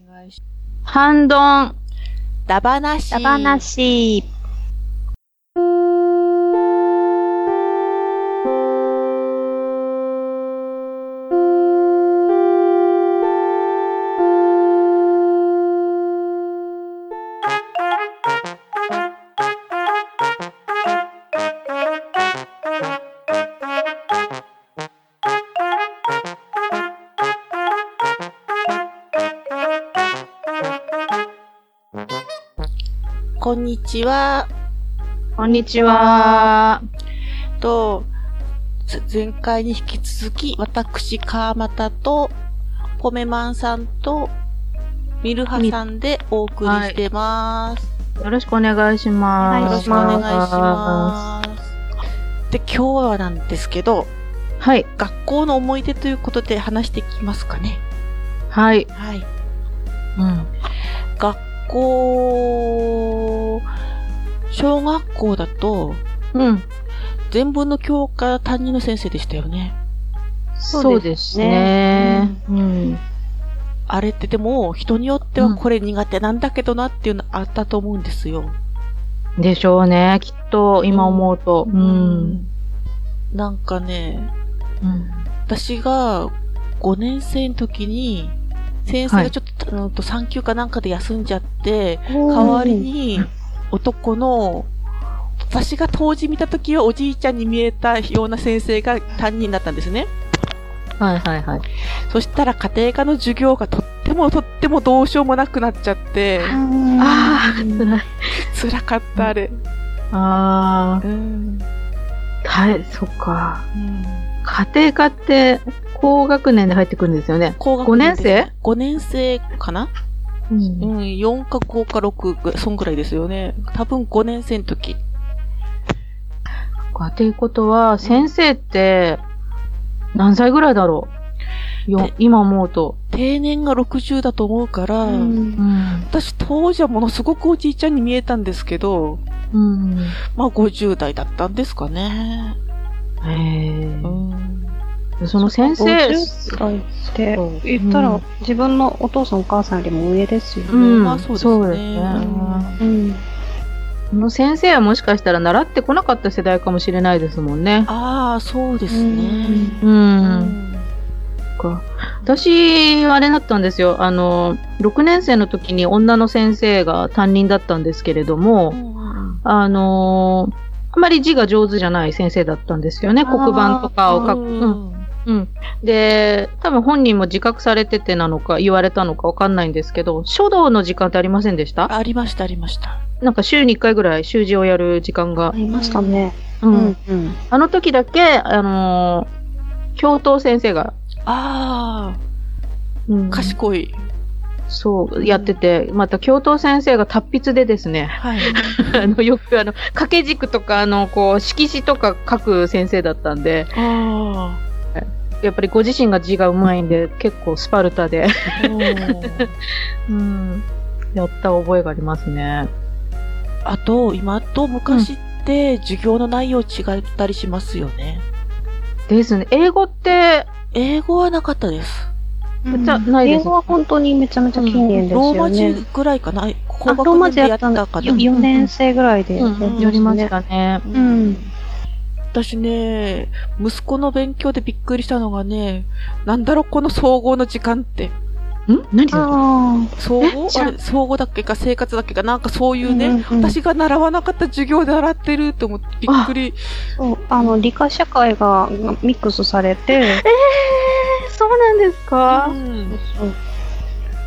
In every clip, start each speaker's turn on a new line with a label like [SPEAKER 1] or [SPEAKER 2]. [SPEAKER 1] 願いし
[SPEAKER 2] ハンドン、
[SPEAKER 1] ダバナシ。
[SPEAKER 2] ダバナシ。
[SPEAKER 1] こんにちは。
[SPEAKER 2] こんにちは。
[SPEAKER 1] と、つ前回に引き続き、私、川又と、ポメマンさんと、ミルハさんでお送りしてます。
[SPEAKER 2] よろしくお願いします。
[SPEAKER 1] よろしくお願いします。で、今日はなんですけど、
[SPEAKER 2] す。はい。
[SPEAKER 1] 学校の思い出ということで話していきますかね。
[SPEAKER 2] はい。
[SPEAKER 1] はい。
[SPEAKER 2] うん。
[SPEAKER 1] 学校、小学校だと、
[SPEAKER 2] うん。
[SPEAKER 1] 全部の教科担任の先生でしたよね。
[SPEAKER 2] そうですね。うん。
[SPEAKER 1] あれってでも、人によってはこれ苦手なんだけどなっていうのあったと思うんですよ。
[SPEAKER 2] でしょうね。きっと、今思うと。うん。
[SPEAKER 1] なんかね、
[SPEAKER 2] うん。
[SPEAKER 1] 私が5年生の時に、先生
[SPEAKER 2] は
[SPEAKER 1] が
[SPEAKER 2] い
[SPEAKER 1] ちょっと、うんと産休かなんかで休んじゃって、
[SPEAKER 2] 代
[SPEAKER 1] 代わり。に男の、私が当時見た時はおじいちゃんに見えたような先生が担任だったんですね。
[SPEAKER 2] はいはいはい。
[SPEAKER 1] そしたら家庭科の授業がとってもとってもどうしようもなくなっちゃって、
[SPEAKER 2] ああ、
[SPEAKER 3] ー
[SPEAKER 2] 辛い。
[SPEAKER 1] 辛かったあれ。
[SPEAKER 2] あ
[SPEAKER 1] うん。
[SPEAKER 2] あ、はい、そっか。家庭科って、高学年で入ってくるんですよね。
[SPEAKER 1] 高
[SPEAKER 2] 5年生
[SPEAKER 1] ?5 年生かな
[SPEAKER 2] う。
[SPEAKER 1] うんん、4か5か6ぐ、そんぐらいですよね。多分5年生の時。
[SPEAKER 2] かっていうことは、先生って、何歳ぐらいだろうよ
[SPEAKER 1] で、
[SPEAKER 2] 今思うと。
[SPEAKER 1] 定年が60だと思うから、
[SPEAKER 2] うん。
[SPEAKER 1] 私当時はものすごくおじいちゃんに見えたんですけど、
[SPEAKER 2] うん。
[SPEAKER 1] まあ50代だったんですかね。
[SPEAKER 2] へ
[SPEAKER 1] うん。
[SPEAKER 2] え。その先生、
[SPEAKER 3] 50代って
[SPEAKER 2] そう
[SPEAKER 3] 言った
[SPEAKER 2] う
[SPEAKER 3] ら
[SPEAKER 2] ん、
[SPEAKER 3] 自分のお父さんお母さんよりも上ですよ
[SPEAKER 2] う
[SPEAKER 3] ね。
[SPEAKER 2] ん、
[SPEAKER 1] まあそうですね
[SPEAKER 2] そうですね。
[SPEAKER 3] うん。
[SPEAKER 2] その先生はもしかしたら習ってこなかった世代かもしれないですもんね。
[SPEAKER 1] ああ、そうですね。
[SPEAKER 2] う。
[SPEAKER 1] うん
[SPEAKER 2] か私、あれだったんですよ。あの、6年生の時に女の先生が担任だったんですけれども、
[SPEAKER 1] うん
[SPEAKER 2] あのーあまり字が上手じゃない先生だったんですよね。
[SPEAKER 3] あー
[SPEAKER 2] 黒板とかを書く。
[SPEAKER 1] う
[SPEAKER 2] うん。
[SPEAKER 1] ん
[SPEAKER 2] うん。で、多分本人も自覚されててなのか、言われたのかわかんないんですけど、書道の時間ってありませんでした
[SPEAKER 1] ありました、ありました。
[SPEAKER 2] なんか週に1回ぐらい習字をやる時間が
[SPEAKER 3] あ。りましたね。
[SPEAKER 2] う。
[SPEAKER 3] うんうん。
[SPEAKER 2] あの時だけ、あのー教頭先生が、
[SPEAKER 1] あ
[SPEAKER 2] うん
[SPEAKER 1] あ、賢い。
[SPEAKER 2] そう、やってて、また教頭先生が達筆でですね、
[SPEAKER 1] はい。
[SPEAKER 2] あの、よくあの、掛け軸とか、あの、こう、色紙とか書く先生だったんで、
[SPEAKER 1] あ
[SPEAKER 2] やっぱりご自身が字がうまいんで、結構スパルタで、
[SPEAKER 1] あ。 うん
[SPEAKER 2] うん、 やった覚えがありますね。
[SPEAKER 1] あと、今と昔って授業の内容違ったりしますよね。
[SPEAKER 2] ですね。英語って、
[SPEAKER 1] 英語はなかったです。
[SPEAKER 2] じゃないで
[SPEAKER 3] 英
[SPEAKER 2] す
[SPEAKER 3] 語。は本当にめちゃめちゃ近年です
[SPEAKER 1] ロー
[SPEAKER 3] よ
[SPEAKER 1] マ字
[SPEAKER 3] ね。
[SPEAKER 1] ぐらいかな
[SPEAKER 3] あ
[SPEAKER 1] 高
[SPEAKER 3] ロー
[SPEAKER 1] 学
[SPEAKER 3] マ
[SPEAKER 1] 年
[SPEAKER 3] 字
[SPEAKER 1] でや
[SPEAKER 3] や
[SPEAKER 1] っ
[SPEAKER 3] ったんだ
[SPEAKER 1] たかな
[SPEAKER 2] うん
[SPEAKER 3] 4年生ぐらいでや
[SPEAKER 2] う
[SPEAKER 3] っ
[SPEAKER 2] ん
[SPEAKER 3] て
[SPEAKER 2] う
[SPEAKER 3] ま
[SPEAKER 2] ん、
[SPEAKER 3] す
[SPEAKER 2] やりまし
[SPEAKER 3] ね。
[SPEAKER 2] たね。
[SPEAKER 1] う
[SPEAKER 3] うんん。
[SPEAKER 1] 私ね、息子の勉強でびっくりしたのがね、なんだろう、この総合の時間って。
[SPEAKER 2] ん何それ
[SPEAKER 3] あ
[SPEAKER 1] 総合
[SPEAKER 2] えじゃあ
[SPEAKER 1] あれ総合だっけか生活だっけかなんかそうい
[SPEAKER 3] あ。
[SPEAKER 1] うね、
[SPEAKER 3] うんうんうん
[SPEAKER 1] 私が習わなかった授業で習ってると思ってびっくり。
[SPEAKER 3] そうあの、理科社会がミックスされて、
[SPEAKER 2] えー、そうなんです
[SPEAKER 1] う
[SPEAKER 2] か
[SPEAKER 1] ん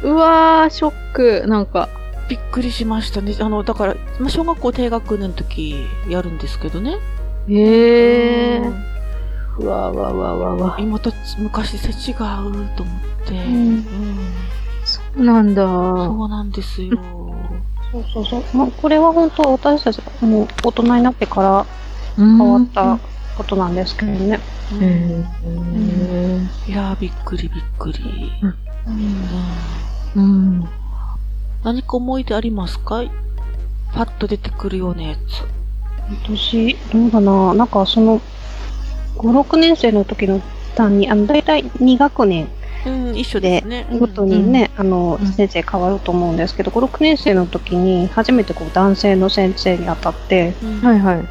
[SPEAKER 3] そう
[SPEAKER 2] うわー、ショック。なんか。
[SPEAKER 1] びっくりしましたね。あの、だから、まあ小学校低学年の時やるんですけどね。
[SPEAKER 2] へ
[SPEAKER 1] う
[SPEAKER 2] ー。
[SPEAKER 1] ん
[SPEAKER 2] うわーわーわーわーわー。
[SPEAKER 1] 今と昔と違うと思って。
[SPEAKER 3] う
[SPEAKER 1] うん
[SPEAKER 3] ん
[SPEAKER 2] そうなんだ。
[SPEAKER 1] そうなんですよ。
[SPEAKER 3] そうそうそう。まあ、これは本当私たちもう大人になってから
[SPEAKER 2] 変
[SPEAKER 3] 変わった。ことなんですけどね。
[SPEAKER 1] うん
[SPEAKER 2] へー。
[SPEAKER 1] いやー、びっくりびっくり。うん
[SPEAKER 2] うん。
[SPEAKER 1] 何か思い出ありますかパッと出てくるようなやつ。
[SPEAKER 3] 私、どうだな。なんかその、5、6年生の時の担任、あの、だいたい2学年
[SPEAKER 1] うん、一緒ですね。
[SPEAKER 3] ごとにね、あの
[SPEAKER 2] うん
[SPEAKER 3] 先生変わると思うんですけど、5、6年生の時に初めてこう男性の先生に当たって、
[SPEAKER 1] うん
[SPEAKER 2] はいはい。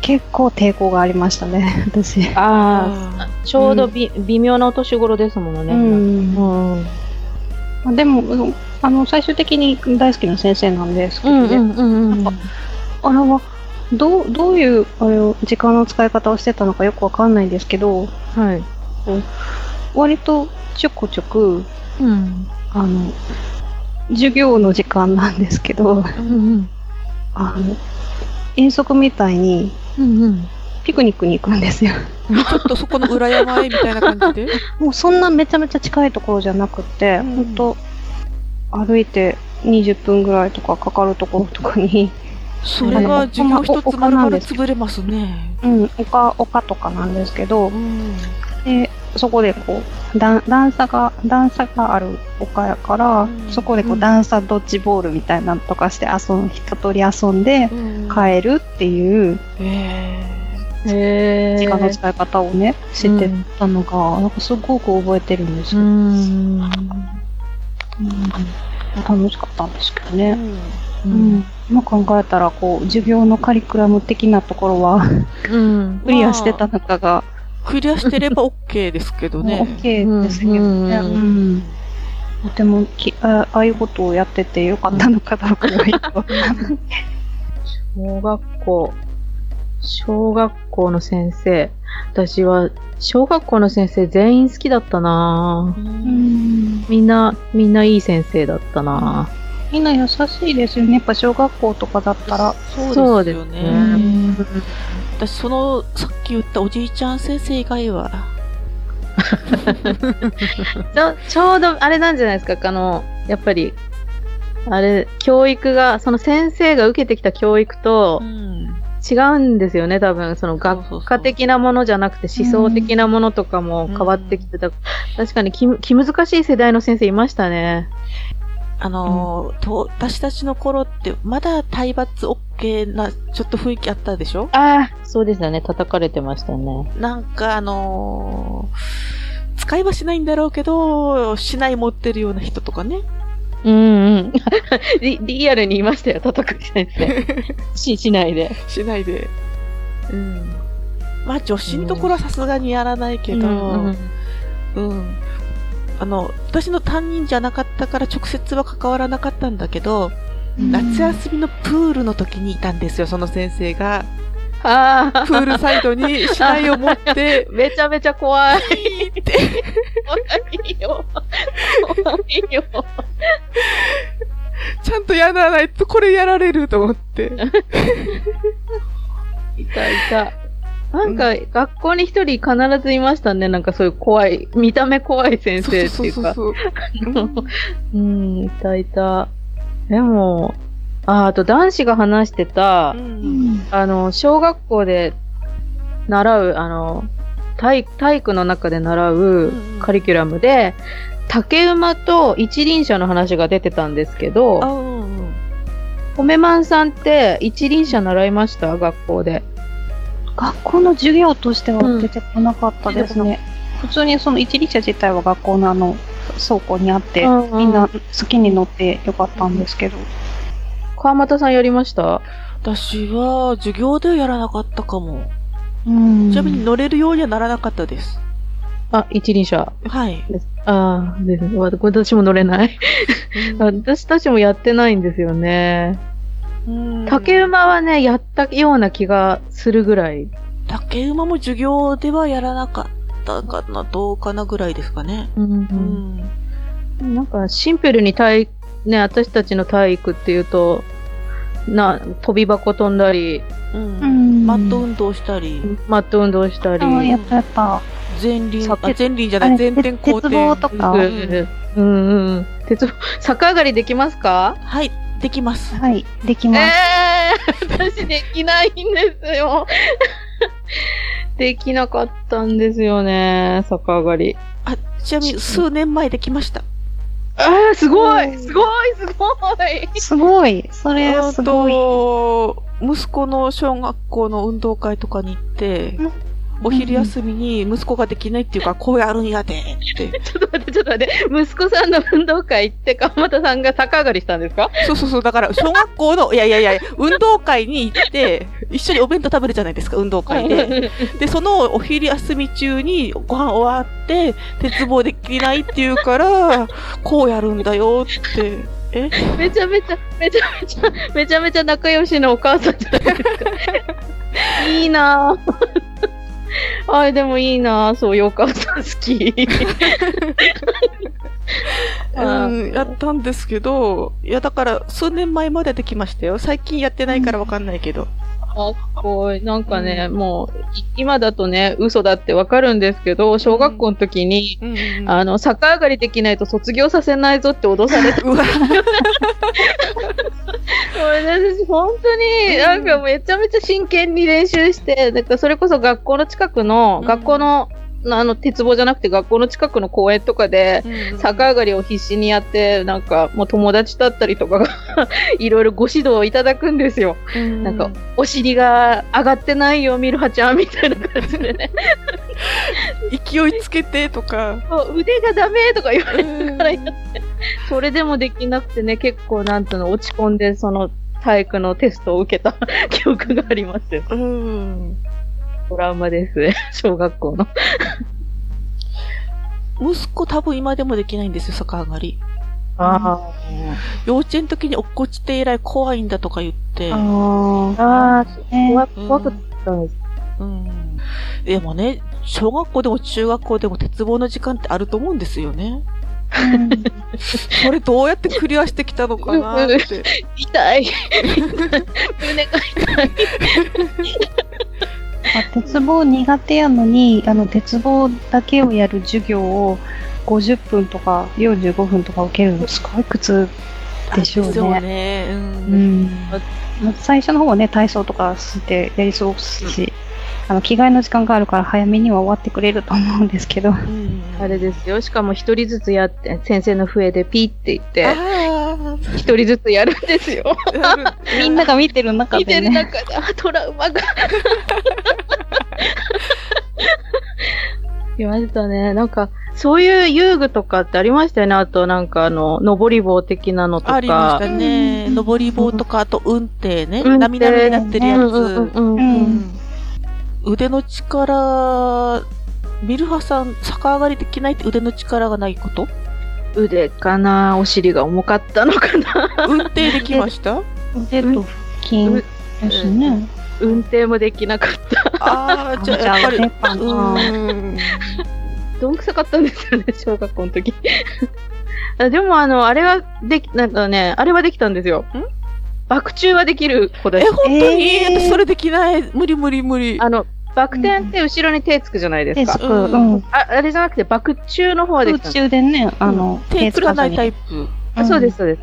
[SPEAKER 3] 結構抵抗がありましたね、 私。
[SPEAKER 2] あ
[SPEAKER 1] あ
[SPEAKER 2] あ、ちょうどび、微妙なお年頃ですものね。
[SPEAKER 3] うん
[SPEAKER 2] うん。
[SPEAKER 3] まあでもうんあの最終的に大好きな先生なんですけ
[SPEAKER 2] うん
[SPEAKER 3] どね、
[SPEAKER 2] うんうんうん。
[SPEAKER 3] あれはどうどういうあれを時間の使い方をしてたのかよくわかんないんですけど
[SPEAKER 2] はい。
[SPEAKER 3] 割とちょこちょく
[SPEAKER 2] うん。
[SPEAKER 3] あの授業の時間なんですけど
[SPEAKER 1] あ、
[SPEAKER 2] う
[SPEAKER 1] う
[SPEAKER 2] んん
[SPEAKER 3] あの遠足みたいに
[SPEAKER 2] うん。うん
[SPEAKER 3] ピクニックに行くんですよ。
[SPEAKER 1] ちょっとそこの裏山へみたいな感じで。
[SPEAKER 3] もうそんなめちゃめちゃ近いところじゃなくて、
[SPEAKER 1] ん
[SPEAKER 3] ほんと歩いて20分ぐらいとかかかるところとかに、
[SPEAKER 1] それが授業一つ丸々潰れますね。
[SPEAKER 3] うん、丘、丘とかなんですけど
[SPEAKER 1] う、ん。
[SPEAKER 3] で、そこでこう、段段差が、段差がある丘やから、
[SPEAKER 1] うん
[SPEAKER 3] そこでこ
[SPEAKER 2] うん
[SPEAKER 3] う、段差ドッジボールみたいなのとかして遊ん、一通り遊んで
[SPEAKER 1] うん
[SPEAKER 3] 帰るっていう
[SPEAKER 1] え
[SPEAKER 2] へえ。
[SPEAKER 3] 時間の使い方をね、知ってたのが、なんかすごく覚えてるんです
[SPEAKER 2] う
[SPEAKER 3] よ。
[SPEAKER 2] ん。
[SPEAKER 3] 楽しかったんですけどね。
[SPEAKER 1] えうん
[SPEAKER 2] う
[SPEAKER 3] うんん。、今考えたらこう授業のカリクラム的なところは
[SPEAKER 2] うん。
[SPEAKER 3] クリアしてた中が、
[SPEAKER 1] クリアしてれば OK ですけど
[SPEAKER 3] もう
[SPEAKER 1] ね。
[SPEAKER 3] OK ですけどね、
[SPEAKER 2] うん
[SPEAKER 3] うんとてもきあああいうことをやっててよかったのかどうかは
[SPEAKER 2] 小学校、小学校の先生。私は、小学校の先生全員好きだったな
[SPEAKER 1] う
[SPEAKER 2] ぁ
[SPEAKER 3] うんん
[SPEAKER 2] みんな、みんないい先生だったな
[SPEAKER 3] みんな優しいですよねやっぱ小学校とかだったら、
[SPEAKER 1] そうですよ
[SPEAKER 2] そう
[SPEAKER 1] ね。
[SPEAKER 2] です
[SPEAKER 1] うん
[SPEAKER 2] ぁ
[SPEAKER 1] 私、その、さっき言ったおじいちゃん先生以外は、
[SPEAKER 2] ちょちょうど、あれなんじゃないですか、あの、やっぱり、あれ、教育が、その先生が受けてきた教育と
[SPEAKER 1] うん。
[SPEAKER 2] 違うんですよね、多分。その
[SPEAKER 1] そうそうそう
[SPEAKER 2] 学科的なものじゃなくて思想的なものとかも変わってきてた。確かに気気難しい世代の先生いましたね。
[SPEAKER 1] あのーと、私たちの頃って、まだ体罰 OK な、ちょっと雰囲気あったでしょ
[SPEAKER 2] ああ、そうですよね。叩かれてましたね。
[SPEAKER 1] なんか、あのー使いはしないんだろうけど、しない持ってるような人とかね。
[SPEAKER 2] うんうん。 リリアルにいましたよ、叩く先生。 し、しないで。
[SPEAKER 1] しないで。うん。まあ、女子のところはさすがにやらないけど、
[SPEAKER 2] うんうん
[SPEAKER 1] うん。あの、私の担任じゃなかったから直接は関わらなかったんだけど、
[SPEAKER 3] うん
[SPEAKER 1] 夏休みのプールの時にいたんですよ、その先 生が。
[SPEAKER 2] ああ
[SPEAKER 1] プ、ールサイドに竹刀を 持って、
[SPEAKER 2] めちゃめちゃ怖い。
[SPEAKER 1] ピーって、
[SPEAKER 2] 怖いよ。怖いよ。
[SPEAKER 1] ちゃんとやらないとこれやられると思って。
[SPEAKER 2] いたいた。なんか、学校に一人必ずいましたね。なんかそういう怖い、見た目怖い先生っていうか。
[SPEAKER 1] そうそうそうそう。
[SPEAKER 2] うん、いたいた。でも、あ、あと男子が話してた、
[SPEAKER 1] うん。
[SPEAKER 2] あの、小学校で習う、あの、体体育の中で習うカリキュラムで、竹馬と一輪車の話が出てたんですけど、
[SPEAKER 1] あ、うんうん。
[SPEAKER 2] 米マンさんって一輪車習いました学校で。
[SPEAKER 3] 学校の授業としては出てこなかったですね、普通にその一輪車自体は学校のあの倉庫にあって、
[SPEAKER 2] うんうん
[SPEAKER 3] みんな好きに乗ってよかったんですけど、
[SPEAKER 2] 川俣さんやりました
[SPEAKER 1] 私は、授業ではやらなかったかも。
[SPEAKER 3] うん
[SPEAKER 1] ちなみに乗れるようにはならなかったです。
[SPEAKER 2] あ、一輪車
[SPEAKER 1] はい。
[SPEAKER 2] です。ああ、です。わ私も乗れない。 私たちもやってないんですよね。
[SPEAKER 1] うん
[SPEAKER 2] 竹馬はね、やったような気がするぐらい。
[SPEAKER 1] 竹馬も授業ではやらなかったかな、どうかなぐらいですかね。
[SPEAKER 2] うん
[SPEAKER 1] うん。
[SPEAKER 2] なんかシンプルに体、ね、私たちの体育っていうと、な、飛び箱飛んだり、
[SPEAKER 1] う。
[SPEAKER 3] うんん
[SPEAKER 1] マット運動したり、
[SPEAKER 2] マット運動したり、
[SPEAKER 3] あやったやった
[SPEAKER 1] 前輪、
[SPEAKER 3] さ
[SPEAKER 1] あ、前輪じゃない、
[SPEAKER 3] あ
[SPEAKER 1] 前
[SPEAKER 3] れ
[SPEAKER 1] 転後
[SPEAKER 3] 鉄
[SPEAKER 1] 転。
[SPEAKER 3] 棒とか
[SPEAKER 1] うん
[SPEAKER 2] うんうんうん。鉄棒、逆上がりできますか
[SPEAKER 1] はい、できます。
[SPEAKER 3] はいできます、
[SPEAKER 2] ええー、私できないんですよ。 できなかったんですよね、逆上がり。
[SPEAKER 1] あ、ちなみに数年前できました。
[SPEAKER 2] ああ、すご
[SPEAKER 3] う
[SPEAKER 2] い
[SPEAKER 3] ん
[SPEAKER 2] すごいすごい
[SPEAKER 3] すごい。それ
[SPEAKER 1] あ
[SPEAKER 3] すごい。
[SPEAKER 1] と、息子の小学校の運動会とかに行って、お昼休みに息子ができないっていうから、こうやるんやで、って。
[SPEAKER 2] ちょっと待って、ちょっと待って。息子さんの運動会行って、川又さんが逆上がりしたんですか
[SPEAKER 1] そうそうそう、だから、小学校の、いやいやいや、運動会に行って、一緒にお弁当食べるじゃないですか、運動会で。で、そのお昼休み中にご飯終わって、鉄棒できないっていうから、こうやるんだよって。え
[SPEAKER 2] めちゃめちゃ、めちゃめちゃ、めちゃめちゃ仲良しのお母さんじゃないですか。いいなぁ。あ、でもいいなぁ。そういうお母さん好き。あ
[SPEAKER 1] うん、やったんですけど、いや、だから、数年前までできましたよ。最近やってないからわかんないけど。
[SPEAKER 2] かっこいい。なんかね、もう、い今だとね、嘘だってわかるんですけど、小学校の時に、
[SPEAKER 1] うんうんうん
[SPEAKER 2] あの、逆上がりできないと卒業させないぞって脅されて、
[SPEAKER 1] うわ、
[SPEAKER 2] これ私、本当に、なんかめちゃめちゃ真剣に練習して、なんかそれこそ学校の近くの、
[SPEAKER 1] うん
[SPEAKER 2] 学校の、あの、鉄棒じゃなくて学校の近くの公園とかで、逆上がりを必死にやって、なんかもう友達だったりとかが いろいろご指導をいただくんですよ。
[SPEAKER 1] な
[SPEAKER 2] なんか、お尻が上がってないよ、ミルハちゃん、みたいな感じでね。
[SPEAKER 1] 勢いつけてとか。
[SPEAKER 2] そう腕がダメとか言われて、
[SPEAKER 1] うん
[SPEAKER 2] からやそれでもできなくてね、結構なんとの落ち込んで、その体育のテストを受けた 記憶がありますよ。
[SPEAKER 1] うん。
[SPEAKER 2] トラウマです。 小学校の。
[SPEAKER 1] 息子多分今でもできないんですよ、逆上がり。
[SPEAKER 2] あ
[SPEAKER 1] 幼稚園の時に落っこちて以来怖いんだとか言って。
[SPEAKER 3] ああ。
[SPEAKER 2] あ、
[SPEAKER 3] ね
[SPEAKER 1] うん
[SPEAKER 2] ったんです。
[SPEAKER 1] うん。でもね、小学校でも中学校でも鉄棒の時間ってあると思うんですよね。これどうやってクリアしてきたのかなって。
[SPEAKER 2] 痛い。胸が痛い。
[SPEAKER 3] あ鉄棒苦手やのにあの鉄棒だけをやる授業を50分とか45分とか受けるのすごい苦痛でしょうね
[SPEAKER 1] でしょうね。うん
[SPEAKER 3] うん最初の方はね体操とかしてやり過ごすし、あの着替えの時間があるから早めには終わってくれると思うんですけど
[SPEAKER 1] うん
[SPEAKER 2] あれですよ。しかも一人ずつやって、先生の笛でピーって言って、
[SPEAKER 1] あ
[SPEAKER 2] 一人ずつやるんですよ。
[SPEAKER 1] あ、
[SPEAKER 3] みんなが見てる中
[SPEAKER 2] 見て
[SPEAKER 3] で
[SPEAKER 2] る
[SPEAKER 3] ね
[SPEAKER 2] 中で、あ、トラウマが。いましたね。なんか、そういう遊具とかってありましたよね。あと、なんか、あの、登り棒的なのとか。
[SPEAKER 1] ありましたね。
[SPEAKER 3] うん
[SPEAKER 1] 登り棒とか、あと運転ね。
[SPEAKER 2] 運転
[SPEAKER 1] なみなみになってるや
[SPEAKER 2] うん
[SPEAKER 1] つ。
[SPEAKER 2] うんうんう。
[SPEAKER 3] うんん
[SPEAKER 1] 腕の力、ミルハさん、逆上がりできないって腕の力がないこと
[SPEAKER 2] 腕かなお尻が重かったのかな
[SPEAKER 1] 運転できました
[SPEAKER 3] 腕と腹筋ですね
[SPEAKER 2] 運転もできなかった。
[SPEAKER 1] ああ、じゃあやっぱり。
[SPEAKER 3] じゃあ腕かな
[SPEAKER 1] うん
[SPEAKER 2] どんくさかったんですよね、 小学校の時。あでも、あの、あれはでき、なんかね、あれはできたんですよ。バク宙はできる子で
[SPEAKER 1] え、
[SPEAKER 2] す。
[SPEAKER 1] 本当に、
[SPEAKER 3] えー
[SPEAKER 1] 私それできない。無理無理無理。
[SPEAKER 2] あの、バク転って後ろに手つくじゃないです
[SPEAKER 3] 手
[SPEAKER 2] か
[SPEAKER 3] つ。く、
[SPEAKER 1] うん
[SPEAKER 3] うん、
[SPEAKER 2] ああれじゃなくて、バク宙の方はで
[SPEAKER 3] 空
[SPEAKER 2] きたんです。
[SPEAKER 3] 中でねあの、
[SPEAKER 1] 手つかないタ
[SPEAKER 3] イ
[SPEAKER 1] イプ。
[SPEAKER 2] あそうです、そうで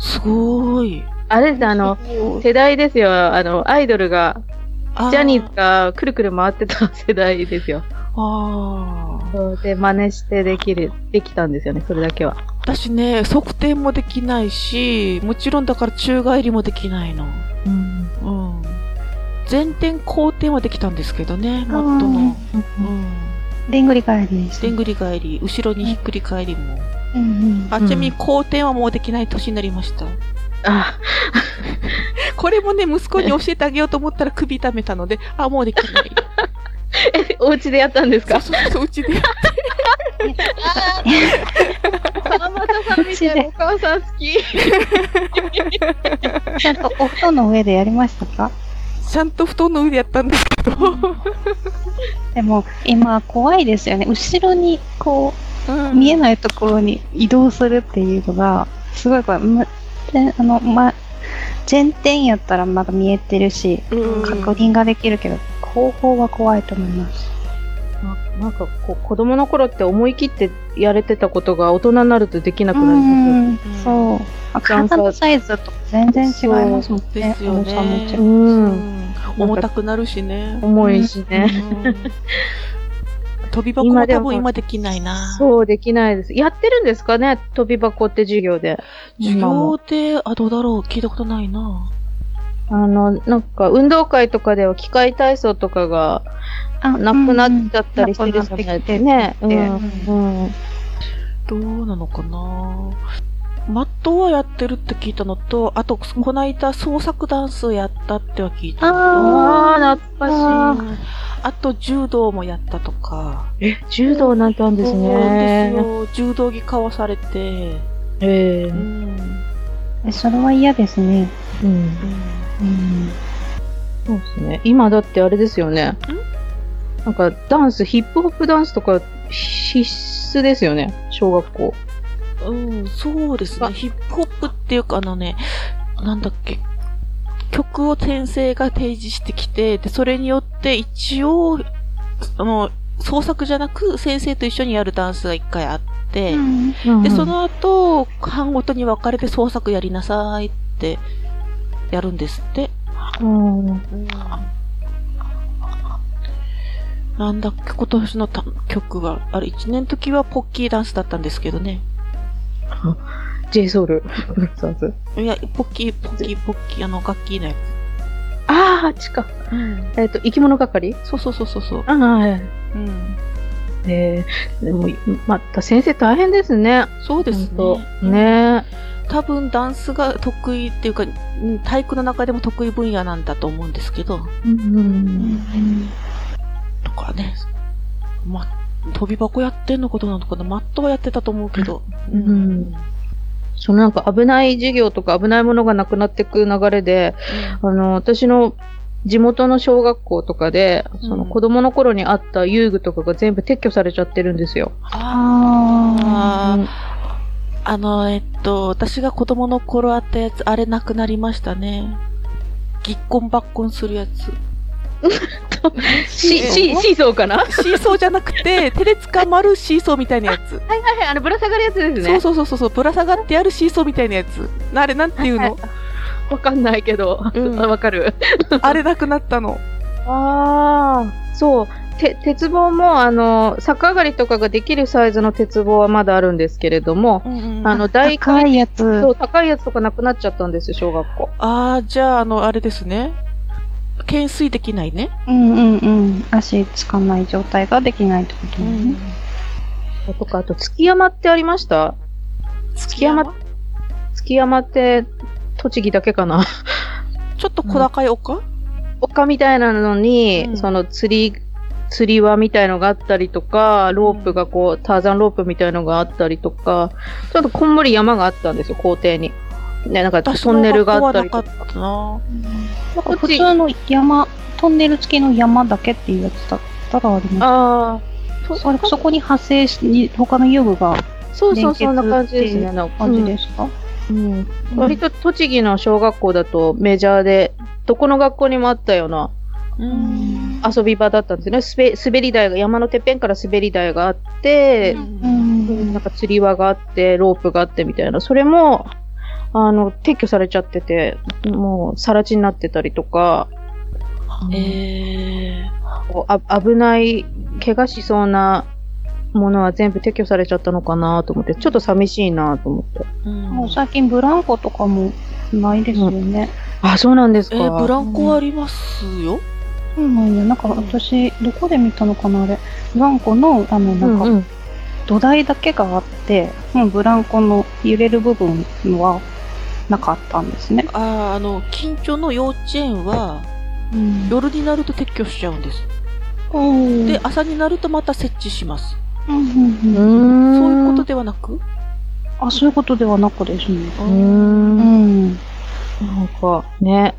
[SPEAKER 2] す。
[SPEAKER 1] すごーい。
[SPEAKER 2] あれです、あの、世代ですよ。あの、アイドルが、
[SPEAKER 1] あ
[SPEAKER 2] ジャニーズがくるくる回ってた世代ですよ。
[SPEAKER 1] あー
[SPEAKER 2] そうで、真似してできる、できたんですよね、それだけは。
[SPEAKER 1] 私ね、側転もできないし、もちろんだから宙返りもできないの。
[SPEAKER 2] うん。
[SPEAKER 1] うん。前転後転はできたんですけどね、もっとも。うん。
[SPEAKER 3] でんぐり返りです
[SPEAKER 1] でんぐり返り、後ろにひっくり返りも。
[SPEAKER 3] うん
[SPEAKER 1] あ、
[SPEAKER 2] うん
[SPEAKER 1] ちなみに後転はもうできない年になりました。
[SPEAKER 2] あ、
[SPEAKER 1] これもね、息子に教えてあげようと思ったら首痛めた ので、あ、もうできない。
[SPEAKER 2] え、お家でやったんです
[SPEAKER 1] そう
[SPEAKER 2] か
[SPEAKER 1] そうそう、うちで。
[SPEAKER 2] 川又さんみたいなお母さん好き。
[SPEAKER 3] うん、ちゃんとお布団の上でやりましたか
[SPEAKER 1] ちゃんと布団の上でやったんですけど。
[SPEAKER 3] でも今怖いですよね後ろにこう
[SPEAKER 1] うん
[SPEAKER 3] 見えないところに移動するっていうのがすごいこれ、ま、であのま前転やったらまだ見えてるし
[SPEAKER 1] うん
[SPEAKER 3] 確認ができるけど、後方は怖いと思います
[SPEAKER 2] ななんかこう子供の頃って思い切ってやれてたことが大人になるとできなくなりますよね
[SPEAKER 3] んそうあ体のサイズとか全然違いますもんね
[SPEAKER 1] ですよね
[SPEAKER 3] 重さ
[SPEAKER 2] う。
[SPEAKER 3] も違うん
[SPEAKER 1] 重たくなるしね。
[SPEAKER 2] 重いしね。
[SPEAKER 1] 飛び箱も多分今できないな。
[SPEAKER 2] そう、できないです。やってるんですかね飛び箱って授業で。
[SPEAKER 1] 授業で、あ、どうだろう聞いたことないな。
[SPEAKER 2] あの、なんか、運動会とかでは機械体操とかが
[SPEAKER 3] あ
[SPEAKER 2] なくなっちゃったりしてるじゃないですかね。
[SPEAKER 3] うんうんなくなってきて
[SPEAKER 2] うん。うん
[SPEAKER 1] どうなのかなマットはやってるって聞いたのと、あと、こないだ創作ダンスをやったっては聞いたの
[SPEAKER 2] ああ、懐
[SPEAKER 3] あ
[SPEAKER 2] か
[SPEAKER 1] と、あと柔道もやったとか。
[SPEAKER 2] しい。え、柔道なんてあるんです
[SPEAKER 1] そうなんです
[SPEAKER 2] ね。
[SPEAKER 1] よ。柔道着買わされて。
[SPEAKER 2] ええ
[SPEAKER 1] う。ん。
[SPEAKER 3] うんそれは嫌ですね。
[SPEAKER 2] うん。
[SPEAKER 3] うん
[SPEAKER 2] そうですね。今だってあれですよね。なんかダンス、ヒップホップダンスとか必須ですよね。小学校。
[SPEAKER 1] うん、うんそうです
[SPEAKER 2] あ
[SPEAKER 1] ね。ヒップホップっていうか、あのね、なんだっけ。曲を先生が提示してきて、で、それによって一応、あの、創作じゃなく先生と一緒にやるダンスが一回あって、で、そ、の後、班ごとに分かれて創作やりなさいって、やるんですって。
[SPEAKER 2] うん、
[SPEAKER 1] なんだっけ、今年のた曲は、あれ、1年の時はポッキーダンスだったんですけどね。
[SPEAKER 2] J-SOUL。
[SPEAKER 1] いや、ポッキー、ポッキー、ポッキー、あの、楽器のやつ。
[SPEAKER 2] ああ、あっちか。えっ、と、生き物係
[SPEAKER 1] そうそうそうそうそう。
[SPEAKER 2] ああ、はい。
[SPEAKER 1] うん。
[SPEAKER 2] えー、でも、また先生大変ですね。
[SPEAKER 1] そうです
[SPEAKER 2] ほん
[SPEAKER 1] ね。
[SPEAKER 2] とね
[SPEAKER 1] 多分ダンスが得意っていうか、うん体育の中でも得意分野なんだと思うんですけど、
[SPEAKER 2] うんうん。
[SPEAKER 1] とかね。ま、飛び箱やってんのことなのかなマットはやってたと思うけど。
[SPEAKER 2] うんそのなんか危ない授業とか危ないものがなくなっていく流れで、あの、私の地元の小学校とかで、その
[SPEAKER 1] うん
[SPEAKER 2] 子供の頃にあった遊具とかが全部撤去されちゃってるんですよ。
[SPEAKER 3] あ
[SPEAKER 1] あ
[SPEAKER 2] うん
[SPEAKER 1] あ、あの、えっと、私が子供の頃あったやつ、あれなくなりましたね。ぎっこんばっこん するやつ。
[SPEAKER 2] シシシーソーかなはい
[SPEAKER 1] シーソーじゃなくて、手で捕まるシーソーみたいなやつ。
[SPEAKER 2] はいはい、あの、ぶら下がるやつです
[SPEAKER 1] そう
[SPEAKER 2] ね。
[SPEAKER 1] そうそうそうそう、ぶら下がってやるシーソーみたいなやつ。なあれ、なんていうの、
[SPEAKER 2] わかんないけど、わ、
[SPEAKER 1] うん
[SPEAKER 2] かる。
[SPEAKER 1] あれなくなったの。
[SPEAKER 2] ああ、そう。て鉄棒も、あの、逆上がりとかができるサイズの鉄棒はまだあるんですけれども、
[SPEAKER 1] うんうん
[SPEAKER 2] あ
[SPEAKER 1] あ
[SPEAKER 2] の、大
[SPEAKER 3] 高
[SPEAKER 2] 回
[SPEAKER 3] いやつ。
[SPEAKER 2] そう、高いやつとかなくなっちゃったんですよ、小学校。
[SPEAKER 1] あー、じゃあ、あの、あれですね。懸垂できないね。
[SPEAKER 3] うんうんうん。足つかない状態ができないってことね。
[SPEAKER 2] とか、あと、月山ってありました
[SPEAKER 1] 月
[SPEAKER 2] 山月山って、栃木だけかな。
[SPEAKER 1] ちょっと小高い丘、
[SPEAKER 2] 丘みたいなのに、
[SPEAKER 1] うん
[SPEAKER 2] その釣り、釣り輪みたいのがあったりとか、ロープがこう、ターザンロープみたいのがあったりとか、ちょっとこんもり山があったんですよ、校庭に。ね、なんか
[SPEAKER 1] 私
[SPEAKER 2] ト
[SPEAKER 1] の
[SPEAKER 2] ンネルがあったり
[SPEAKER 1] 学
[SPEAKER 2] と
[SPEAKER 1] 校は
[SPEAKER 2] か。
[SPEAKER 1] なかったな。
[SPEAKER 3] なんか普通の山、トンネル付きの山だけっていうやつだったらあります。
[SPEAKER 2] ああ、そ
[SPEAKER 3] それそこに派生し、他の遊具が
[SPEAKER 2] そうそう、そんな感じです
[SPEAKER 3] 連結ってい
[SPEAKER 2] ね。
[SPEAKER 3] う
[SPEAKER 2] なんか
[SPEAKER 3] 感じですか、
[SPEAKER 2] うん
[SPEAKER 1] うん
[SPEAKER 2] 割と栃木の小学校だとメジャーで、どこの学校にもあったような
[SPEAKER 1] うん。
[SPEAKER 2] 遊び場だったんですよね。すべ滑り台が、山のてっぺんから滑り台があって、
[SPEAKER 3] ん
[SPEAKER 2] なんか釣り輪があって、ロープがあってみたいな。それも、あの、撤去されちゃってて、もう、更地になってたりとか、
[SPEAKER 1] え
[SPEAKER 2] こうあ危ない、怪我しそうなものは全部撤去されちゃったのかなと思って、ちょっと寂しいなと思って。
[SPEAKER 1] ー、うん
[SPEAKER 3] もう最近ブランコとかもないですよね。
[SPEAKER 2] あ、そうなんです
[SPEAKER 1] え
[SPEAKER 2] か。
[SPEAKER 1] ー、ブランコありますよ。
[SPEAKER 3] そうなんや。なんか私、どこで見たのかなあれ。ブランコの、あの、なん
[SPEAKER 2] う
[SPEAKER 3] か、
[SPEAKER 2] んうん
[SPEAKER 3] 土台だけがあって、もうブランコの揺れる部分はなかったんですね。
[SPEAKER 1] ああ、あの、近所の幼稚園は、
[SPEAKER 3] うん
[SPEAKER 1] 夜になると撤去しちゃうんです。で、朝になるとまた設置します。
[SPEAKER 3] うんうん
[SPEAKER 2] う
[SPEAKER 3] うん
[SPEAKER 2] ん
[SPEAKER 1] そういうことではなく
[SPEAKER 3] あ、そういうことではなくですね。
[SPEAKER 2] うー
[SPEAKER 1] うん
[SPEAKER 2] ん
[SPEAKER 3] うん。
[SPEAKER 2] なんかね、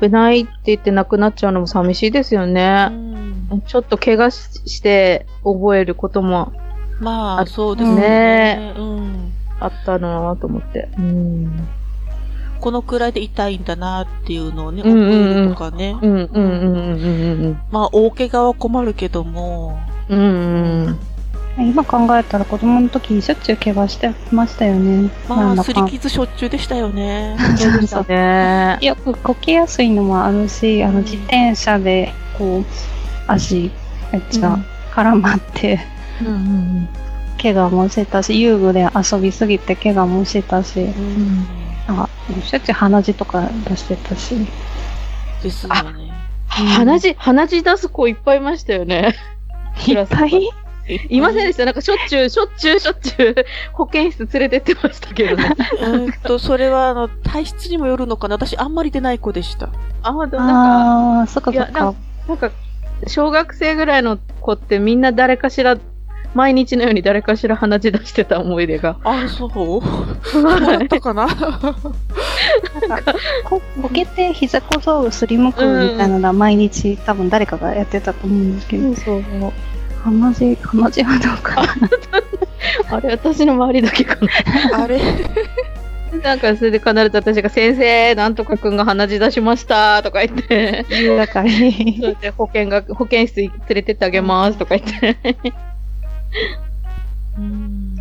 [SPEAKER 2] 危ないって言ってなくなっちゃうのも寂しいですよね。ちょっと怪我しして覚えることも
[SPEAKER 1] まあ、
[SPEAKER 2] あ
[SPEAKER 1] そうですね
[SPEAKER 2] ね
[SPEAKER 1] うん。
[SPEAKER 2] あったなと思って。うん。
[SPEAKER 1] このくらいで痛いんだなっていうのをね、
[SPEAKER 2] うんうんうん
[SPEAKER 1] 覚えるとかね。
[SPEAKER 2] うんうんうんうんうん
[SPEAKER 1] まあ、大怪我は困るけども。
[SPEAKER 2] うん。うんうん。
[SPEAKER 3] 今考えたら子供の時しょっちゅう怪我してましたよね。
[SPEAKER 1] ま
[SPEAKER 3] なん
[SPEAKER 1] あ、
[SPEAKER 3] だ
[SPEAKER 1] す
[SPEAKER 3] か
[SPEAKER 1] り傷しょっちゅうでしたよね。
[SPEAKER 2] そうですね。
[SPEAKER 3] よくこけやすいのもあるし、あ
[SPEAKER 1] う
[SPEAKER 3] の
[SPEAKER 1] ん
[SPEAKER 3] 自転車でこう足
[SPEAKER 2] う
[SPEAKER 3] が
[SPEAKER 2] ん
[SPEAKER 3] 絡まって、
[SPEAKER 2] うんうん
[SPEAKER 3] 怪我もしてたし、遊具で遊びすぎて怪我もしてたし、
[SPEAKER 1] うん
[SPEAKER 3] なんかしょっちゅう鼻血とか出してたし、
[SPEAKER 1] ですよね。
[SPEAKER 2] 鼻血、鼻血出す子いっぱいいましたよね。
[SPEAKER 3] いっぱい
[SPEAKER 2] いませんでした。なんかしょっちゅう、しょっちゅう、しょっちゅう、保健室連れてってましたけどね。
[SPEAKER 1] うんと、それは、あの、体質にもよるのかな。私、あんまり出ない子でした。
[SPEAKER 2] あ、ほんと、なんか、
[SPEAKER 3] ああー、そっか
[SPEAKER 2] い
[SPEAKER 3] そ
[SPEAKER 2] や
[SPEAKER 3] っか。
[SPEAKER 2] なんか、小学生ぐらいの子ってみんな誰かしら、毎日のように誰かしら鼻血出してた思い出 が。
[SPEAKER 1] あ、そうそうだったかな
[SPEAKER 3] ここけて膝小僧すりむくみたいなのは毎日多分誰かがやってたと思うんですけど、
[SPEAKER 2] そう。
[SPEAKER 3] 鼻血、鼻血はどうかな。
[SPEAKER 2] あれ、私の周りだけかな。
[SPEAKER 1] あれ
[SPEAKER 2] なんか、それで必ず私が、先生、なんとかくんが鼻血出しました、とか言って、
[SPEAKER 3] だから、
[SPEAKER 2] そうやって保健学、保健室に連れてってあげます、とか言って。
[SPEAKER 1] うん。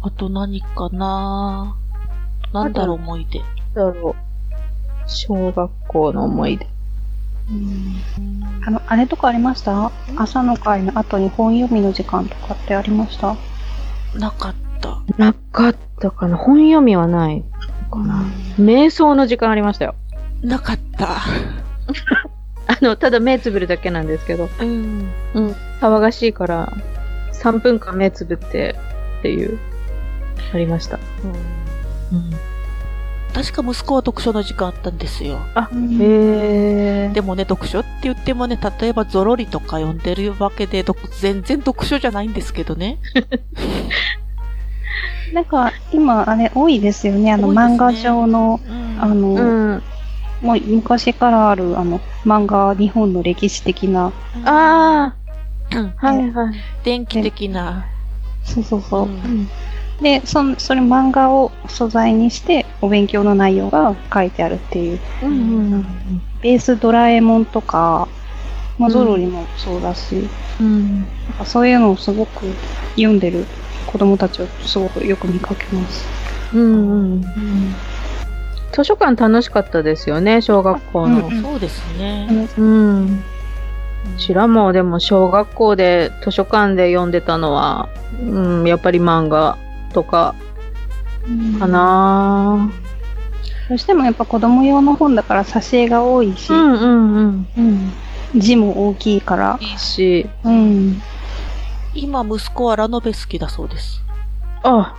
[SPEAKER 1] あと何かななんだろう、思い出。
[SPEAKER 2] だろう。小学校の思い出。
[SPEAKER 3] うん あの、あれとかありました朝の会の後に本読みの時間とかってありました
[SPEAKER 1] なかった。
[SPEAKER 2] なかったかな。本読みはないかな。瞑想の時間ありましたよ。
[SPEAKER 1] なかった。
[SPEAKER 2] あの、ただ目つぶるだけなんですけど、
[SPEAKER 1] うん。
[SPEAKER 2] 騒がしいから、3分間目つぶってっていう、ありました。
[SPEAKER 1] 確か息子は読書の時間あったんですよ。
[SPEAKER 3] うん
[SPEAKER 2] へ
[SPEAKER 1] でもね、読書って言ってもね、例えばゾロリとか読んでるわけで、ど全然読書じゃないんですけどね。
[SPEAKER 3] なんか、今、あれ多いですよね。あの、
[SPEAKER 1] 多いですね
[SPEAKER 3] 漫画上の、
[SPEAKER 1] うん
[SPEAKER 3] あの、
[SPEAKER 2] うん。
[SPEAKER 3] もう昔からある、あの、漫画、日本の歴史的な、
[SPEAKER 2] ああ、
[SPEAKER 1] うん
[SPEAKER 2] はいはい。
[SPEAKER 1] 電気的な。
[SPEAKER 3] そうそうそうう。
[SPEAKER 1] ん
[SPEAKER 3] で、その、それ漫画を素材にして、お勉強の内容が書いてあるっていう。
[SPEAKER 2] うんうん
[SPEAKER 3] ベースドラえもんとか、まあ、ゾロリもそうだし、
[SPEAKER 2] うん。
[SPEAKER 3] なんかそういうのをすごく読んでる子供たちをすごくよく見かけます。
[SPEAKER 2] うんうん。図書館楽しかったですよね、小学校の。
[SPEAKER 3] うん
[SPEAKER 1] そうです
[SPEAKER 3] う
[SPEAKER 1] ね。
[SPEAKER 3] ん
[SPEAKER 2] うん。うちらもでも小学校で図書館で読んでたのは、うん、やっぱり漫画とかかな
[SPEAKER 3] どうしてもやっぱ子供用の本だから挿絵が多いし、
[SPEAKER 2] うんうんうん。
[SPEAKER 3] 字も大きいから、
[SPEAKER 2] いいし、
[SPEAKER 3] うん。
[SPEAKER 1] 今、息子はラノベ好きだそうです。
[SPEAKER 2] あ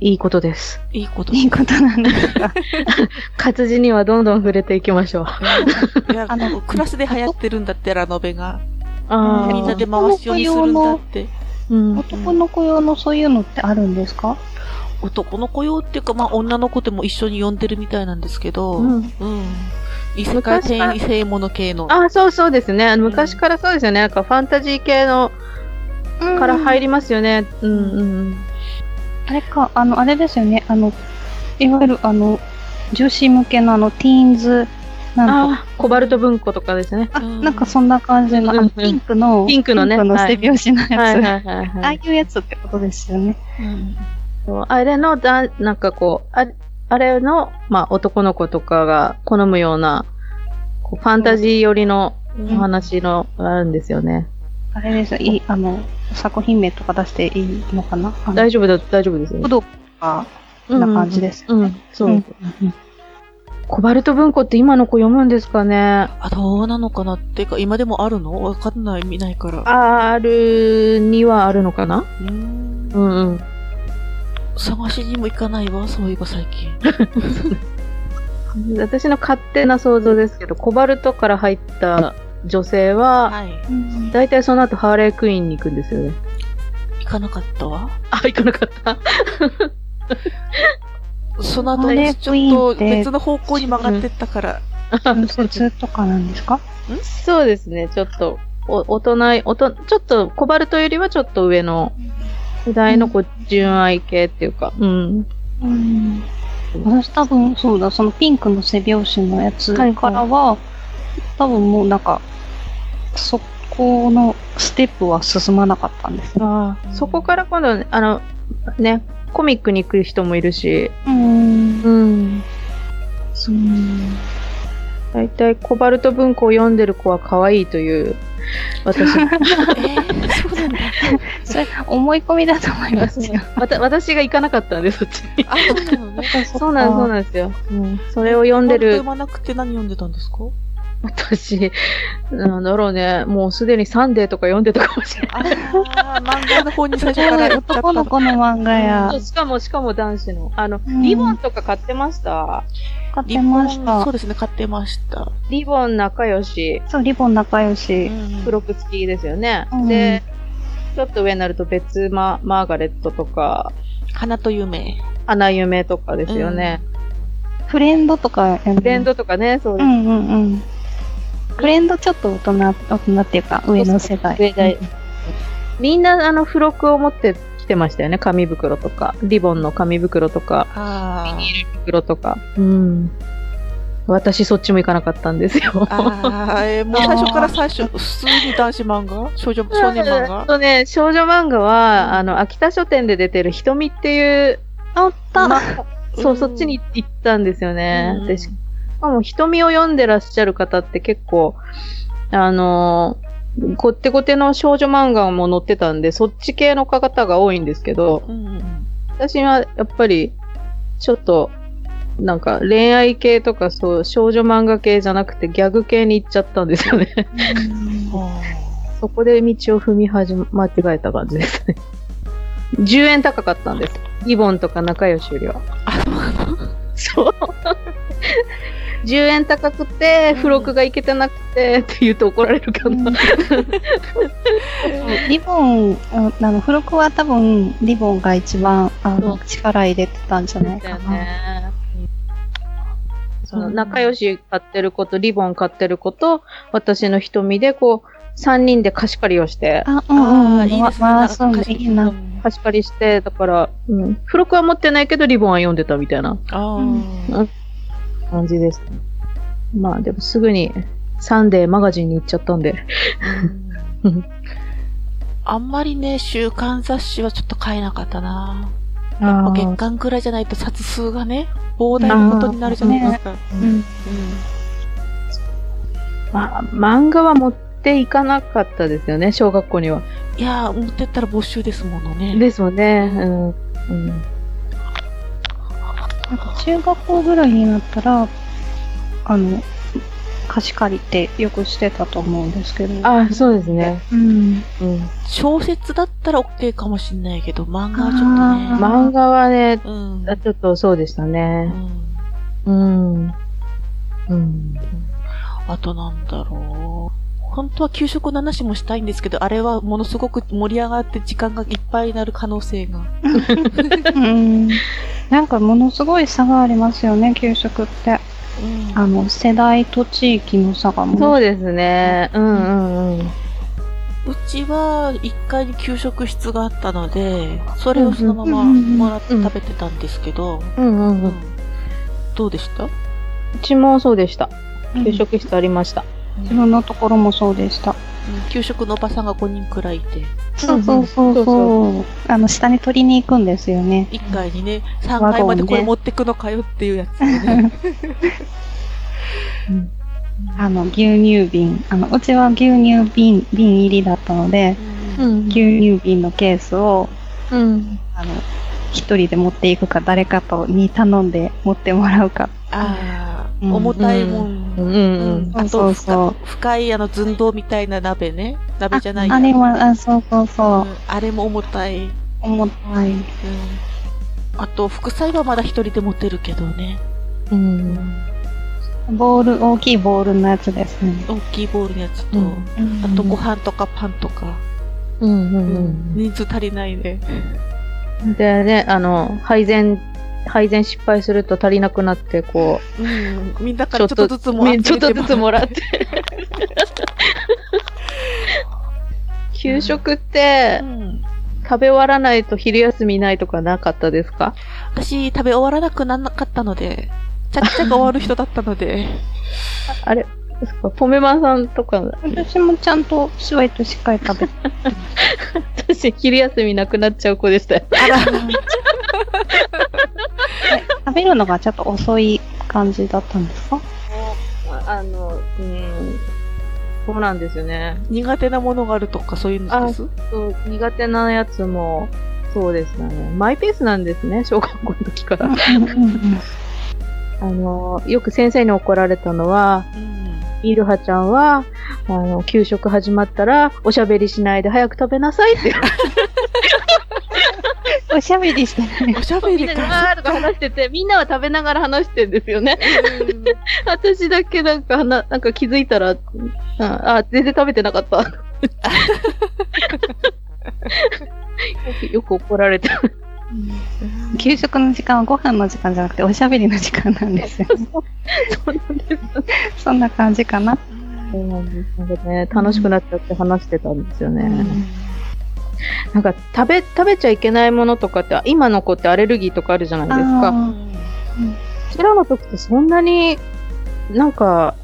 [SPEAKER 2] いいことです。
[SPEAKER 1] いいこと。
[SPEAKER 3] いいことなんですが、
[SPEAKER 2] 活字にはどんどん触れていきましょう。
[SPEAKER 1] いや
[SPEAKER 3] あの
[SPEAKER 1] クラスで流行ってるんだって、ラノベが。
[SPEAKER 2] あ
[SPEAKER 3] ー
[SPEAKER 1] みんなで回し読みするんだって。
[SPEAKER 2] うん。
[SPEAKER 3] 男の子用のそういうのってあるんですか
[SPEAKER 1] 男の子用っていうか、まあ、女の子でも一緒に読んでるみたいなんですけど、うん。
[SPEAKER 2] うん
[SPEAKER 1] 異世界
[SPEAKER 2] 昔から
[SPEAKER 1] 転移性もの系の。
[SPEAKER 2] あ、そうそうですね。あの昔からそうですよね。なんかファンタジー系のから入りますよね。うんうん
[SPEAKER 3] あれか、あの、あれですよね、あの、いわゆるあの、女子向けのあの、ティーンズ、
[SPEAKER 2] うん。
[SPEAKER 3] なんか、
[SPEAKER 2] あコバルト文庫とかですね。
[SPEAKER 3] あ
[SPEAKER 1] うん
[SPEAKER 3] なんかそんな感じの、あ
[SPEAKER 2] うんう
[SPEAKER 3] の
[SPEAKER 2] ん
[SPEAKER 3] ピンクの、
[SPEAKER 2] ピンクのね
[SPEAKER 3] ピンクの
[SPEAKER 2] は
[SPEAKER 3] 捨
[SPEAKER 2] い
[SPEAKER 3] て拍子のやつ。
[SPEAKER 2] はいはいはい
[SPEAKER 3] ああ
[SPEAKER 2] はいい。
[SPEAKER 3] うやつってことですよね。
[SPEAKER 1] うん
[SPEAKER 2] そうあれのだ、なんかこう、ああれの、まあ男の子とかが好むような、こうファンタジー寄りのお話のがあるんですよね。
[SPEAKER 3] あれですよ、いい、あの、作品名とか出していいのかなあの
[SPEAKER 2] 大丈夫だ、大丈夫ですよ
[SPEAKER 3] 武
[SPEAKER 2] ね。
[SPEAKER 3] 道とか、
[SPEAKER 2] こん
[SPEAKER 3] な感じです。
[SPEAKER 2] うん、そう。
[SPEAKER 3] うん
[SPEAKER 2] コバルト文庫って今の子読むんですかね
[SPEAKER 1] あ、どうなのかなっていうか、今でもあるのわかんない、見ないから。
[SPEAKER 2] あるにはあるのかな
[SPEAKER 1] うーん
[SPEAKER 2] うんうん。
[SPEAKER 1] 探しにも行かないわ、そういえば最近。
[SPEAKER 2] 私の勝手な想像ですけど、コバルトから入った女性は、
[SPEAKER 1] はい。
[SPEAKER 3] うん
[SPEAKER 2] 大体その後ハーレークイーンに行くんですよね。
[SPEAKER 1] 行かなかったわ。
[SPEAKER 2] あ、行かなかった。
[SPEAKER 1] その後
[SPEAKER 3] あれ
[SPEAKER 1] ね、ちょっと
[SPEAKER 3] クイーンって
[SPEAKER 1] 別の方向に曲がってったから。
[SPEAKER 3] 春節とかなんですか
[SPEAKER 2] そうですね、ちょっと、お大人、おとちょっと、コバルトよりはちょっと上の、世代のこう純愛系っていうか、うん。
[SPEAKER 3] うん。私多分、そうだ、そのピンクの背拍子のやつ
[SPEAKER 2] はいはい
[SPEAKER 3] からは、多分もうなんか、そこのステップは進まなかったんですね。
[SPEAKER 2] ああ、そこから今度、あの、ね、コミックに行く人もいるし、
[SPEAKER 3] うん。
[SPEAKER 2] うん。
[SPEAKER 3] そう。
[SPEAKER 2] 大体コバルト文庫を読んでる子は可愛いという、私、
[SPEAKER 1] そうなんだ。
[SPEAKER 3] それ、思い込みだと思いますよ。
[SPEAKER 2] わた私が行かなかったんで、そっちに。
[SPEAKER 1] あ、そうなのね。
[SPEAKER 2] そうなんです、そうなんですよ。うん、それを読んでる
[SPEAKER 1] 読、まなくて何読んでたんですか
[SPEAKER 2] 私、なんだろうね、もうすでにサンデーとか読んでたかもしれない。
[SPEAKER 1] ああ、漫画の方に最初から
[SPEAKER 3] はい
[SPEAKER 1] 行っちゃったの
[SPEAKER 3] 男の子の漫画や
[SPEAKER 2] そう、しかも、しかも男子の。あの、
[SPEAKER 3] うん
[SPEAKER 2] リボンとか買ってました
[SPEAKER 3] 買ってまし
[SPEAKER 1] リボンそう
[SPEAKER 3] た。
[SPEAKER 1] ですね、買ってました。
[SPEAKER 2] リボン仲良し、
[SPEAKER 3] そう、リボン仲良し。
[SPEAKER 2] 付録付きですよね。
[SPEAKER 3] うん
[SPEAKER 2] で、ちょっと上になると別マ、マーガレットとか、
[SPEAKER 1] 花と夢。
[SPEAKER 2] 花夢とかですよね。
[SPEAKER 3] フレンドとかやんね、
[SPEAKER 2] フレンドとかね、そう
[SPEAKER 3] う
[SPEAKER 2] です。
[SPEAKER 3] んうんうん。フレンドちょっと大人、大人っていうか、上の世代。
[SPEAKER 2] 上代みんなあの付録を持ってきてましたよね。紙袋とか、リボンの紙袋とか、
[SPEAKER 1] あ
[SPEAKER 2] 袋とか。うん。私そっちも行かなかったんですよ
[SPEAKER 1] あ。。ああ、えーもう最初から最初、普通に男子漫画少女、少年漫
[SPEAKER 2] あ
[SPEAKER 1] 画
[SPEAKER 2] とね、少女漫画は、あの、秋田書店で出てる瞳っていう、
[SPEAKER 3] あった。
[SPEAKER 2] まそうう、
[SPEAKER 1] ん
[SPEAKER 2] そっちに行ったんですよね。
[SPEAKER 1] うん
[SPEAKER 2] で、しかも瞳を読んでらっしゃる方って結構、あのー、こってこての少女漫画も載ってたんで、そっち系の方が多いんですけど、
[SPEAKER 1] うんうん
[SPEAKER 2] 私はやっぱり、ちょっと、なんか恋愛系とかそう、少女漫画系じゃなくてギャグ系に行っちゃったんですよね。
[SPEAKER 1] うん。あ
[SPEAKER 2] そこで道を踏み始め、間違えた感じですね。10円高かったんです。リボンとか仲良しよりは。そう。10円高くて、付録がいけてなくて、って言うと怒られるかな。
[SPEAKER 3] リボン、ああの、付録は多分、リボンが一番、あ
[SPEAKER 2] そ
[SPEAKER 3] の、力入れてたんじゃない
[SPEAKER 2] だ
[SPEAKER 3] か
[SPEAKER 2] よ
[SPEAKER 3] な。
[SPEAKER 2] ね。その仲良し買ってること、リボン買ってること、私の瞳でこう、3人で貸し借りをして、
[SPEAKER 3] あ、うんうん。
[SPEAKER 1] あ、いいですね。
[SPEAKER 3] まあ、そうね、いい
[SPEAKER 1] な
[SPEAKER 3] なん
[SPEAKER 1] か。歌
[SPEAKER 2] 貸し
[SPEAKER 1] 詞
[SPEAKER 2] 借りして、だから、うん、付録は持ってないけど、リボンは読んでたみたいな。
[SPEAKER 1] あ
[SPEAKER 2] うん感じです。まあでもすぐにサンデーマガジンに行っちゃったんで。
[SPEAKER 1] あ。 あんまりね、週刊雑誌はちょっと買えなかったな。
[SPEAKER 2] あ
[SPEAKER 1] 月間くらいじゃないと冊数がね、膨大なことになるじゃないですか。
[SPEAKER 3] うん。
[SPEAKER 2] まあ、漫画は持っていかなかったですよね、小学校には。
[SPEAKER 1] うんいやー、持ってったら没収ですものね。
[SPEAKER 2] ですもんね。うん。うん、
[SPEAKER 3] なんか中学校ぐらいになったら、あの、貸し借りってよくしてたと思うんですけど。
[SPEAKER 2] あそうですね。
[SPEAKER 3] うん。
[SPEAKER 2] うん、
[SPEAKER 1] 小説だったら OK かもしれないけど、漫画はち
[SPEAKER 3] あ
[SPEAKER 1] ょっ
[SPEAKER 3] ー
[SPEAKER 2] 漫画はね、
[SPEAKER 1] とね。うん。
[SPEAKER 2] あちょっとそうでした
[SPEAKER 1] う
[SPEAKER 2] ね。
[SPEAKER 1] ん
[SPEAKER 2] うん。うん。
[SPEAKER 1] あとなんだろう。本当は給食の話もしたいんですけど、あれはものすごく盛り上がって時間がいっぱいになる可能性が。
[SPEAKER 3] うん。なんかものすごい差がありますよね、給食って。
[SPEAKER 1] うん
[SPEAKER 3] あの、世代と地域の差がも
[SPEAKER 2] そう
[SPEAKER 3] う。
[SPEAKER 2] ですね。うんうんうん。
[SPEAKER 1] うちは1階に給食室があったので、それをそのままもらって
[SPEAKER 2] うんうん
[SPEAKER 1] 食べてたんですけど、
[SPEAKER 2] うんうんう
[SPEAKER 1] うん
[SPEAKER 2] ん。
[SPEAKER 1] どうでした
[SPEAKER 2] うちもそうでした。
[SPEAKER 3] うん
[SPEAKER 2] 給食室ありました。
[SPEAKER 3] 自分のところもそうでした。
[SPEAKER 1] うん給食のおばさんが5人くらいいて、
[SPEAKER 3] そうそうそうそう。あの、下に取りに行くんですよね。
[SPEAKER 1] 1階にね、3
[SPEAKER 3] ワ
[SPEAKER 1] 階
[SPEAKER 3] ゴ
[SPEAKER 1] ま
[SPEAKER 3] ン
[SPEAKER 1] で
[SPEAKER 3] ね
[SPEAKER 1] これ持ってくのかよっていうやつ、ね。
[SPEAKER 2] うん
[SPEAKER 3] あの、牛乳瓶。あの、うちは牛乳瓶、瓶入りだったので、
[SPEAKER 1] うん
[SPEAKER 2] ん
[SPEAKER 3] 牛乳瓶のケースを、
[SPEAKER 2] うん。
[SPEAKER 3] あの、一人で持っていくか、誰かとに頼んで持ってもらうか。
[SPEAKER 1] ああ、
[SPEAKER 3] うん
[SPEAKER 1] 重たいも。
[SPEAKER 2] うんん
[SPEAKER 1] うんあ
[SPEAKER 3] そ
[SPEAKER 1] と
[SPEAKER 3] うそう
[SPEAKER 1] 深、深いあの寸胴みたいな鍋ね。鍋じゃないや
[SPEAKER 3] あれは、あそうそう
[SPEAKER 1] う
[SPEAKER 3] そう。
[SPEAKER 1] んあれも重たい。うん
[SPEAKER 3] 重たい。
[SPEAKER 1] あと、副菜はまだ一人で持てるけどね。
[SPEAKER 2] うん。
[SPEAKER 3] ボール、大きいボールのやつですね。
[SPEAKER 1] 大きいボールのやつと、
[SPEAKER 2] うん
[SPEAKER 1] あとご飯とかパンとか、
[SPEAKER 2] うんう
[SPEAKER 1] うん
[SPEAKER 2] ん
[SPEAKER 1] 人数足りないね。
[SPEAKER 2] うん。でね、あの、配膳、配膳失敗すると足りなくなって、こ
[SPEAKER 1] うん、みんな
[SPEAKER 2] う、
[SPEAKER 1] からちょっとずつもらって。
[SPEAKER 2] ちょっとずつもらって て。給食って
[SPEAKER 1] う、ん
[SPEAKER 2] 食べ終わらないと昼休みないとかなかったですか
[SPEAKER 1] 私、食べ終わらなくならなかったので、ちゃくちゃが終わる人だったので、
[SPEAKER 2] あれそっかポメマンさんとか、
[SPEAKER 3] 私もちゃんとシュワイとしっかり食 べて。
[SPEAKER 2] 私昼休みなくなっちゃう子でしたよ。
[SPEAKER 1] あら、
[SPEAKER 3] 食べるのがちょっと遅い感じだったんですか
[SPEAKER 2] あの、うん、そうなんですよね。
[SPEAKER 1] 苦手なものがあるとかそういうのです
[SPEAKER 2] そう苦手なやつも、そうですね。マイペースなんですね、小学校の時から。あの、よく先生に怒られたのは、
[SPEAKER 1] うん。
[SPEAKER 2] イルハちゃんは、あの、給食始まったら、おしゃべりしないで早く食べなさいって言われて。
[SPEAKER 3] おしゃべりしてない
[SPEAKER 1] お。しゃべ
[SPEAKER 2] み
[SPEAKER 1] り
[SPEAKER 2] んなが
[SPEAKER 1] か。
[SPEAKER 2] わーとか話してて、みんなは食べながら話してんですよ ね。
[SPEAKER 1] うん
[SPEAKER 2] 私だけなんか、ななんか気づいたら、うんあ、全然食べてなかった。よく よく怒られて
[SPEAKER 3] 給食の時間はご飯の時間じゃなくておしゃべりの時間なんで すよ。
[SPEAKER 2] そうなんです。
[SPEAKER 3] そんな感じかな。
[SPEAKER 2] そうなんです。なんかね、楽しくなっちゃって話してたんですよね。なんか、食べ、食べちゃいけないものとかって、今の子ってアレルギーとかあるじゃないですか。
[SPEAKER 3] あ
[SPEAKER 2] うちらの時ってそんなになんか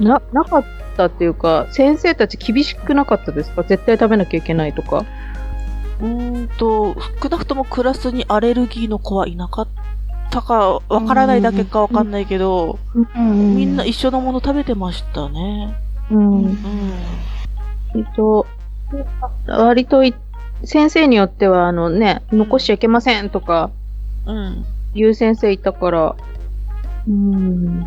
[SPEAKER 2] ななかったっていうか先生たち厳しくなかったですか絶対食べなきゃいけないとか
[SPEAKER 1] うーんと、少なくともクラスにアレルギーの子はいなかったか、わからないだけかわかんないけど、
[SPEAKER 3] ーうん
[SPEAKER 1] みんな一緒のもの食べてましたね。
[SPEAKER 2] うん
[SPEAKER 1] うん。
[SPEAKER 2] 割と割とい先生によってはあのね残しちゃいけませんとか
[SPEAKER 1] うん。
[SPEAKER 2] いう先生いたからうん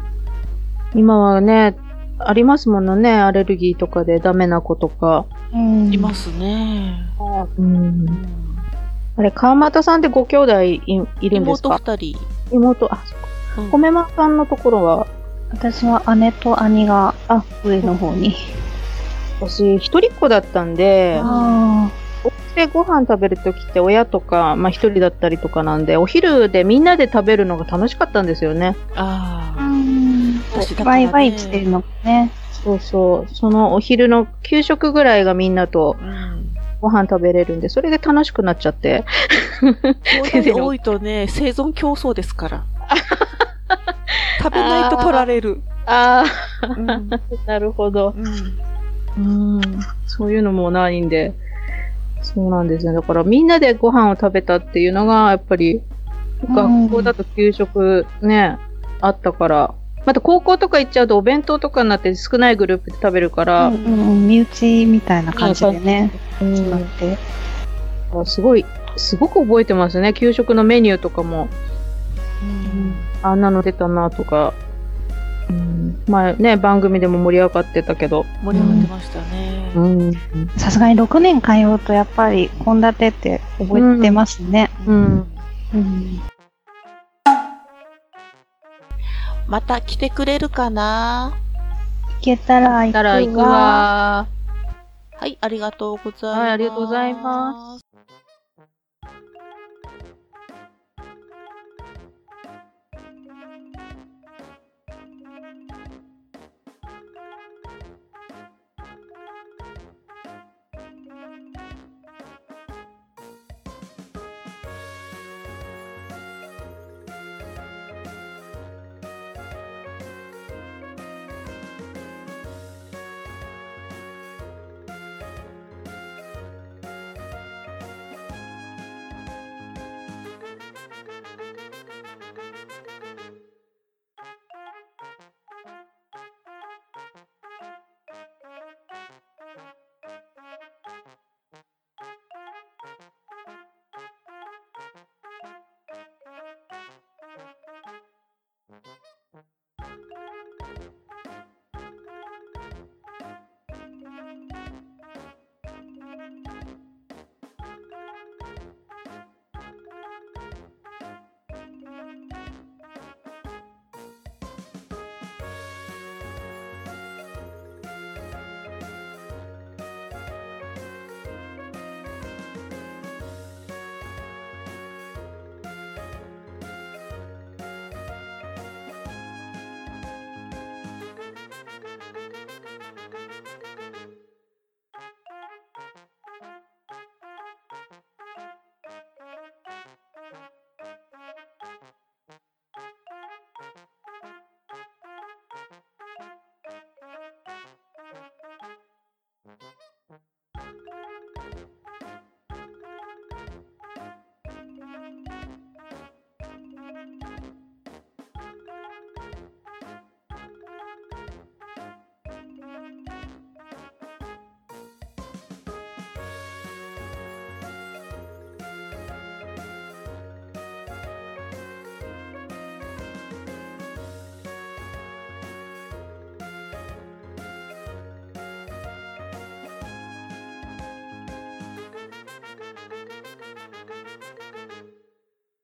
[SPEAKER 2] 今はねありますものねアレルギーとかでダメな子とか、
[SPEAKER 3] うん
[SPEAKER 1] いますね。
[SPEAKER 2] うん
[SPEAKER 1] うん
[SPEAKER 2] あれ川俣さんってご兄弟いいるんです
[SPEAKER 1] 妹
[SPEAKER 2] か
[SPEAKER 1] 二人。
[SPEAKER 2] 妹、あ、そっか。
[SPEAKER 1] うん
[SPEAKER 2] 米まさんのところは、
[SPEAKER 3] 私は姉と兄が
[SPEAKER 2] あ
[SPEAKER 3] 上の方に。
[SPEAKER 2] 私、一人っ子だったんで、
[SPEAKER 3] あ
[SPEAKER 2] お家でご飯食べるときって親とか、まあ一人だったりとかなんで、お昼でみんなで食べるのが楽しかったんですよね。
[SPEAKER 3] あ。
[SPEAKER 1] あ私だから
[SPEAKER 3] バ
[SPEAKER 1] ね
[SPEAKER 3] イバイしてるのがね。
[SPEAKER 2] そうそう。そのお昼の給食ぐらいがみんなと
[SPEAKER 1] あ。 うん。
[SPEAKER 2] ご飯食べれるんで、それで楽しくなっちゃって。
[SPEAKER 1] 兄弟多いとね、生存競争です から。食べないと取られる。
[SPEAKER 2] あ
[SPEAKER 1] うん。
[SPEAKER 2] あ、なるほど。
[SPEAKER 1] うん
[SPEAKER 2] うん。そういうのもないんで、そうなんですね。だからみんなでご飯を食べたっていうのが、やっぱり、
[SPEAKER 3] うん
[SPEAKER 2] 学校だと給食ね、あったから、また高校とか行っちゃうとお弁当とかになって少ないグループで食べるから、
[SPEAKER 3] うんうん、身内みたいな感じでね。
[SPEAKER 2] うん
[SPEAKER 3] 決まって。
[SPEAKER 2] すごい、すごく覚えてますね。給食のメニューとかも、あんなの出たなとか、うん、まあね、番組でも盛り上がってたけど、
[SPEAKER 1] 盛り上がってましたね。
[SPEAKER 2] ん、
[SPEAKER 3] さすがに6年通うとやっぱり献立って覚えてますね。
[SPEAKER 2] うん
[SPEAKER 3] うん。
[SPEAKER 1] また来てくれるかな
[SPEAKER 3] 行けたら行
[SPEAKER 2] たら行
[SPEAKER 3] く
[SPEAKER 2] く
[SPEAKER 3] わ。
[SPEAKER 2] わ。
[SPEAKER 1] はい、ありがとうございます。。
[SPEAKER 2] はいありがとうございます